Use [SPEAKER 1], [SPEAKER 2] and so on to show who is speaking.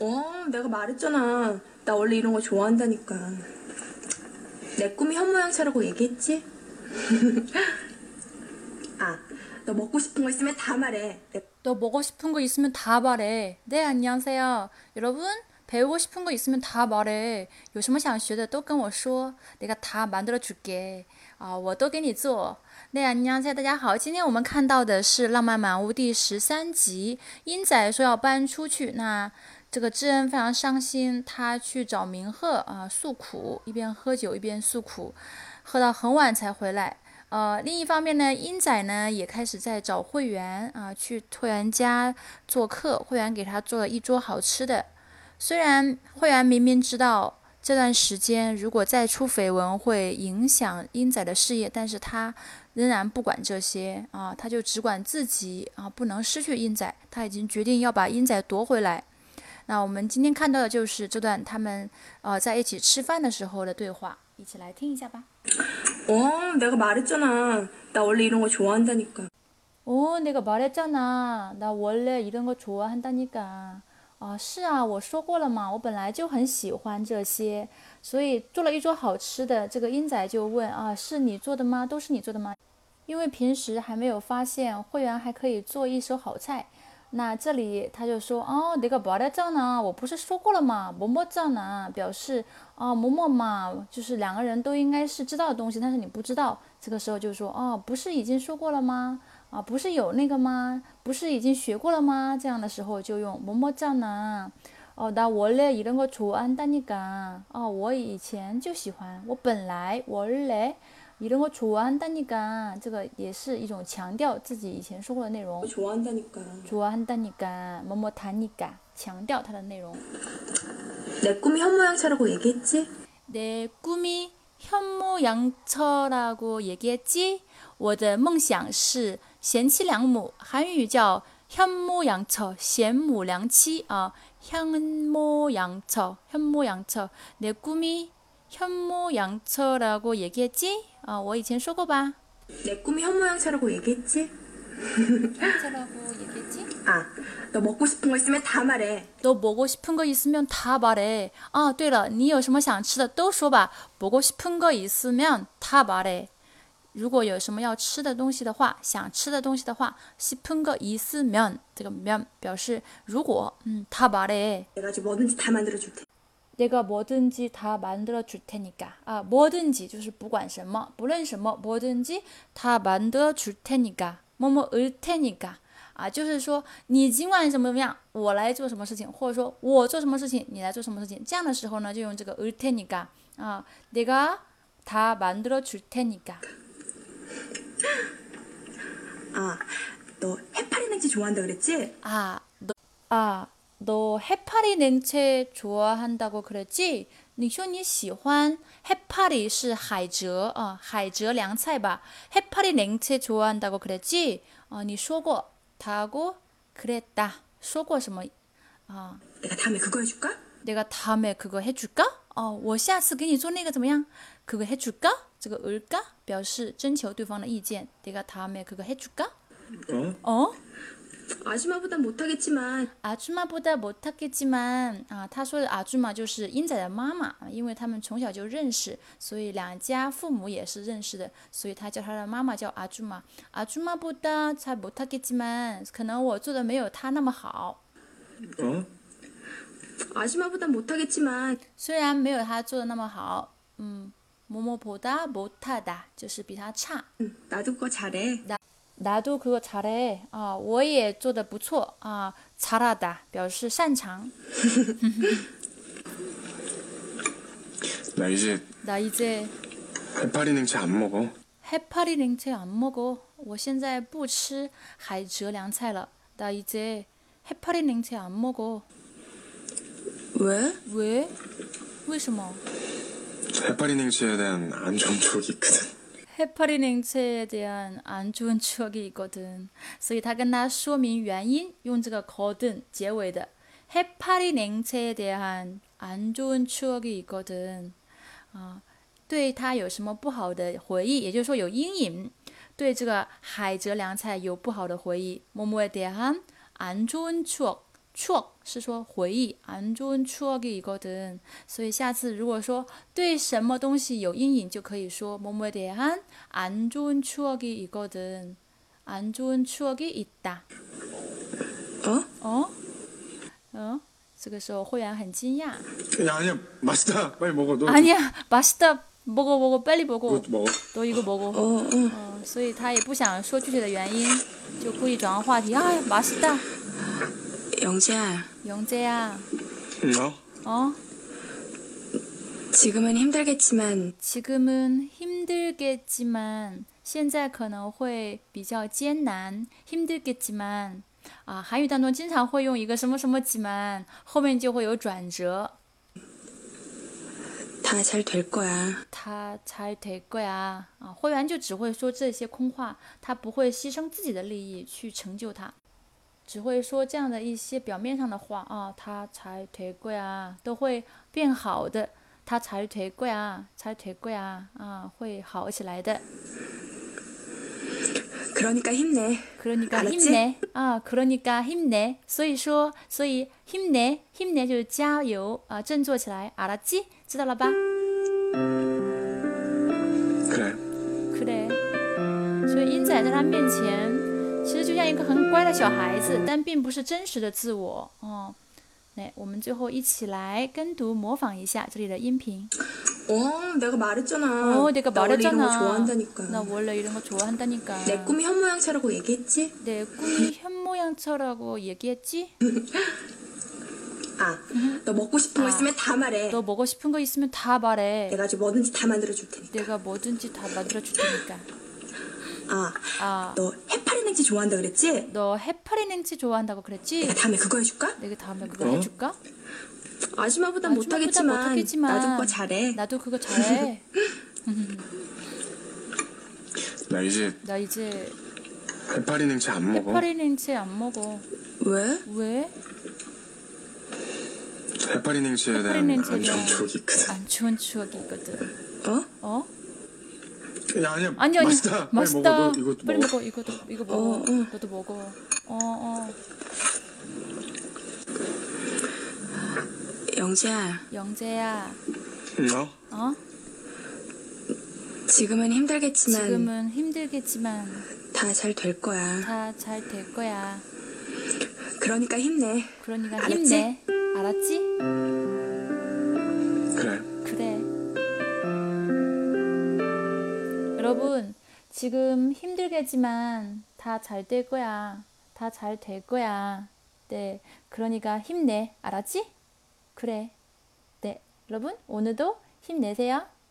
[SPEAKER 1] 어, 내가 말했잖아. 나 원래 이런 거 좋아한다니까. 내 꿈이 현모양처라고 얘기했지? 아, 너 먹고 싶은 거 있으면 다 말해. 내-
[SPEAKER 2] 너 먹고 싶은 거 있으면 다 말해. 네, 안녕하세요. 여러분, 배우고 싶은 거 있으면 다 말해. 有什么想学的都跟我说，내가다 만들어줄게. 啊，我都给你做. 네, 안녕하세요. 大家好，今天我们看到的是《浪漫满屋》第十三集。英仔说要搬出去，那这个智恩非常伤心，他去找明鹤啊诉苦，一边喝酒一边诉苦，喝到很晚才回来。呃，另一方面呢，英仔呢也开始在找会员啊，去会员家做客，会员给他做了一桌好吃的。虽然会员明明知道这段时间如果再出绯闻会影响英仔的事业，但是他仍然不管这些啊，他就只管自己啊，不能失去英仔。他已经决定要把英仔夺回来。那我们今天看到的就是这段他们呃在一起吃饭的时候的对话，一起来听一下吧。
[SPEAKER 1] 어, 내가 말했잖아. 나 원래 이런 거 좋아한다니까.
[SPEAKER 2] 오, 내가 말했잖아. 나 원래 이런 거 좋아한다니까. 아, 是啊，我说过了嘛，我本来就很喜欢这些，所以做了一桌好吃的，这个英仔就问啊，是你做的吗？都是你做的吗？因为平时还没有发现会员还可以做一手好菜。那这里他就说哦，那个巴拉酱呢？我不是说过了吗？么么酱呢？表示哦，么么嘛，就是两个人都应该是知道的东西，但是你不知道。这个时候就说哦，不是已经说过了吗？啊，不是有那个吗？不是已经学过了吗？这样的时候就用么么酱呢。哦，那我嘞이런거좋아한다니까。哦，我以前就喜欢，我本来我嘞。이런거좋아한다니까，这个也是一种强调自己以前说过的内容
[SPEAKER 1] 너 。 좋아한다니까.
[SPEAKER 2] 좋아한다니까 뭐뭐다니까强调它的内容
[SPEAKER 1] 내 꿈이 현모양처라고 얘기했지?
[SPEAKER 2] 내 꿈이 현모양처라고 얘기했지 我的梦想是贤妻良母 한유叫 현모양처 贤母良妻 아, 현모양처 현모양처 내 꿈이 현모양처라고 얘기했지 아, 我以前说过吧
[SPEAKER 1] 내 꿈이 현모양처라고 얘기했지?
[SPEAKER 2] 현처라고 얘기했지
[SPEAKER 1] 아, 너 먹고 싶은 거 있으면 다 말해.
[SPEAKER 2] 都먹고싶은거있으면다말해啊，对了，你有什么想吃的都说吧。먹고싶은거있으면다말해。如果有什么要吃的东西的话，想吃的东西的话，싶은거있으면这个면表示如果，嗯，다말해。
[SPEAKER 1] 내가 아주 뭐든지 다 만들어 줄 테니.
[SPEAKER 2] 내가뭐든지다만들어줄테니까啊，뭐든지就是不管什么，不论什么，뭐든지다만들어줄테니까，么么을테니까啊，就是说你尽管怎么怎么样，我来做什么事情，或者说我做什么事情，你来做什么事情。这样的时候呢，就用这个을테니까啊，내가다만들어줄테니까。
[SPEAKER 1] 아, 너 해파리 냉채 좋아한다 그랬지?
[SPEAKER 2] 아, 너, 아, 너 해파리 냉채 좋아한다고 그랬지? 你说你喜欢 해파리 是海蜇啊海蜇凉菜吧 해파리 냉채 좋아한다고 그랬지? 어, 你说过다고 그랬다. 说过什么? 아,
[SPEAKER 1] 내가 다음에 그거 해줄까?
[SPEAKER 2] 내가 다음에 그거 해줄까? 어, 我下次给你做那个怎么样? 그거 해줄까? 这个 을까? 表示征求对方的意见. 내가 다음에 그거 해줄까?
[SPEAKER 3] 어?
[SPEAKER 2] 어?
[SPEAKER 1] 아줌마보단 못하겠지만
[SPEAKER 2] 阿朱玛不带못하겠지만啊，他说的阿朱玛就是英仔的妈妈啊，因为他们从小就认识，所以两家父母也是认识的，所以他叫他的妈妈叫阿朱玛。阿朱玛不带才못하겠지만，可能我做的没有他那么好，
[SPEAKER 3] 어?
[SPEAKER 1] 아줌마보단 못하겠지만
[SPEAKER 2] 虽然没有他做的那么好，嗯，么么보다못하다就是比他差。
[SPEAKER 1] 음, 나도 그거 잘해.
[SPEAKER 2] 나도 그거 잘해 아, 我也做的不错 아, 잘하다 表示擅长。
[SPEAKER 3] 나 이제
[SPEAKER 2] 나 이제
[SPEAKER 3] 해파리 냉채 안 먹어.
[SPEAKER 2] 해파리 냉채 안 먹어. 我现在不吃海蜇凉菜了.나 이제 해파리 냉채 안 먹어.
[SPEAKER 1] 왜?
[SPEAKER 2] 왜? 为什么?
[SPEAKER 3] 해파리 냉채에 대한 안 좋은 추억이 있거든.
[SPEAKER 2] 해파리 냉채에 대한 안 좋은 추억이 있거든. 所以他跟他说明原因,用这个 거든 结尾的. 해파리 냉채에 대한 안 좋은 추억이 있거든. 对他有什么不好的回忆，也就是说有阴影，对这个海蜇凉菜有不好的回忆。么么대한안좋은추억 추억是说回忆，안 좋은 추억이 이거든。所以下次如果说对什么东西有阴影，就可以说뭐뭐에대한안 좋은 추억이 있거든。안 좋은 추억이 있다。
[SPEAKER 1] 어?
[SPEAKER 2] 哦，嗯，这个时候会员很惊讶。啊
[SPEAKER 3] 야 아니야 맛있다 빨리 먹어 너
[SPEAKER 2] 아니야, 맛있다. 먹어 먹어 빨리 먹어.
[SPEAKER 3] 이거 먹어
[SPEAKER 2] 너 이거 먹어.
[SPEAKER 1] 어, 어.
[SPEAKER 2] 嗯，所以他也不想说具体的原因，就故意转换话题。啊，맛있다，
[SPEAKER 1] 영재야,
[SPEAKER 2] 영재야
[SPEAKER 3] 응, 어?
[SPEAKER 2] 어
[SPEAKER 1] 지금은 힘들겠지만
[SPEAKER 2] 지금은힘들겠지만现在可能会比较艰难，힘들겠지만啊，韩语当中经常会用一个什么什么지만，后面就会有转折。
[SPEAKER 1] 다 잘 될 거야.
[SPEAKER 2] 他才得贵啊啊！会员就只会说这些空话，他不会牺牲自己的利益去成就他，只会说这样的一些表面上的话啊。他才得贵啊，都会变好的。他才得贵啊，才得贵啊啊，会好起来的。
[SPEAKER 1] 그러니까 힘내.
[SPEAKER 2] 그러니까
[SPEAKER 1] 알았지?
[SPEAKER 2] 힘내啊，그러니까힘내。所以说，所以힘내힘내就是加油啊，振作起来。알았지？知道了吧？
[SPEAKER 3] 그래
[SPEAKER 2] 그래所以英仔在他面前，其实就像一个很乖的小孩子，但并不是真实的自我哦。来，我们最后一起来跟读模仿一下这里的音频。
[SPEAKER 1] 어, 내가 말했잖아.
[SPEAKER 2] 어, 내가
[SPEAKER 1] 나 원래 이런 거
[SPEAKER 2] 말했잖아.
[SPEAKER 1] 좋아한다니까.
[SPEAKER 2] 나 원래 이런 거 좋아한다니까.
[SPEAKER 1] 내 꿈이 현모양처라고 얘기했지?
[SPEAKER 2] 내 꿈이 현모양처라고 얘기했지?
[SPEAKER 1] 네. 아, 너 먹고 싶은 거 있으면 다 말해.
[SPEAKER 2] 너 먹고 싶은 거 있으면 다 말해.
[SPEAKER 1] 내가 아주 뭐든지 다 만들어 줄 테니까.
[SPEAKER 2] 내가 뭐든지 다 만들어 줄 테니까.
[SPEAKER 1] 아,
[SPEAKER 2] 아,
[SPEAKER 1] 너 해파리 냉지 좋아한다 그랬지?
[SPEAKER 2] 너 해파리 냉채 좋아한다고 그랬지?
[SPEAKER 1] 내가 다음에 그거 해줄까?
[SPEAKER 2] 내가 다음에 그거
[SPEAKER 3] 어?
[SPEAKER 2] 해줄까?
[SPEAKER 1] 아줌마보단
[SPEAKER 2] 아줌마보다
[SPEAKER 1] 못하겠지만,
[SPEAKER 2] 못하겠지만
[SPEAKER 1] 나도 그거 잘해.
[SPEAKER 2] 나도 그거 잘해.
[SPEAKER 3] 나 이제
[SPEAKER 2] 나 이제
[SPEAKER 3] 해파리 냉채 안 먹어
[SPEAKER 2] 해파리 냉채 안 먹어.
[SPEAKER 1] 왜?
[SPEAKER 2] 왜?
[SPEAKER 3] 해파리 냉채에
[SPEAKER 2] 해파리
[SPEAKER 3] 대한
[SPEAKER 2] 냉채에
[SPEAKER 3] 안 좋은
[SPEAKER 2] 대한-
[SPEAKER 3] 추억이 있거든
[SPEAKER 2] 안 좋은 추억이 있거든.
[SPEAKER 1] 어?
[SPEAKER 2] 어?
[SPEAKER 3] 야 아니야
[SPEAKER 2] 아니 아니.
[SPEAKER 3] 맛있다 빨리
[SPEAKER 2] 맛있다.
[SPEAKER 3] 먹어 너 이거
[SPEAKER 2] 빨리
[SPEAKER 3] 먹어
[SPEAKER 2] 먹어. 이것도 이거 먹어.
[SPEAKER 1] 어, 어.
[SPEAKER 2] 너도 먹어. 어 어.
[SPEAKER 1] 영재야,
[SPEAKER 2] 영재야.
[SPEAKER 3] 응, 어?
[SPEAKER 2] 어?
[SPEAKER 1] 지금은 힘들겠지만,
[SPEAKER 2] 지금은 힘들겠지만
[SPEAKER 1] 다 잘 될 거야.
[SPEAKER 2] 다 잘 될 거야.
[SPEAKER 1] 그러니까 힘내.
[SPEAKER 2] 그러니까
[SPEAKER 1] 알았지?
[SPEAKER 2] 힘내. 알았지?
[SPEAKER 3] 그래
[SPEAKER 2] 그래. 여러분, 지금 힘들겠지만 다 잘 될 거야. 다 잘 될 거야. 네. 그러니까 힘내. 알았지? 그래. 네. 여러분, 오늘도 힘내세요.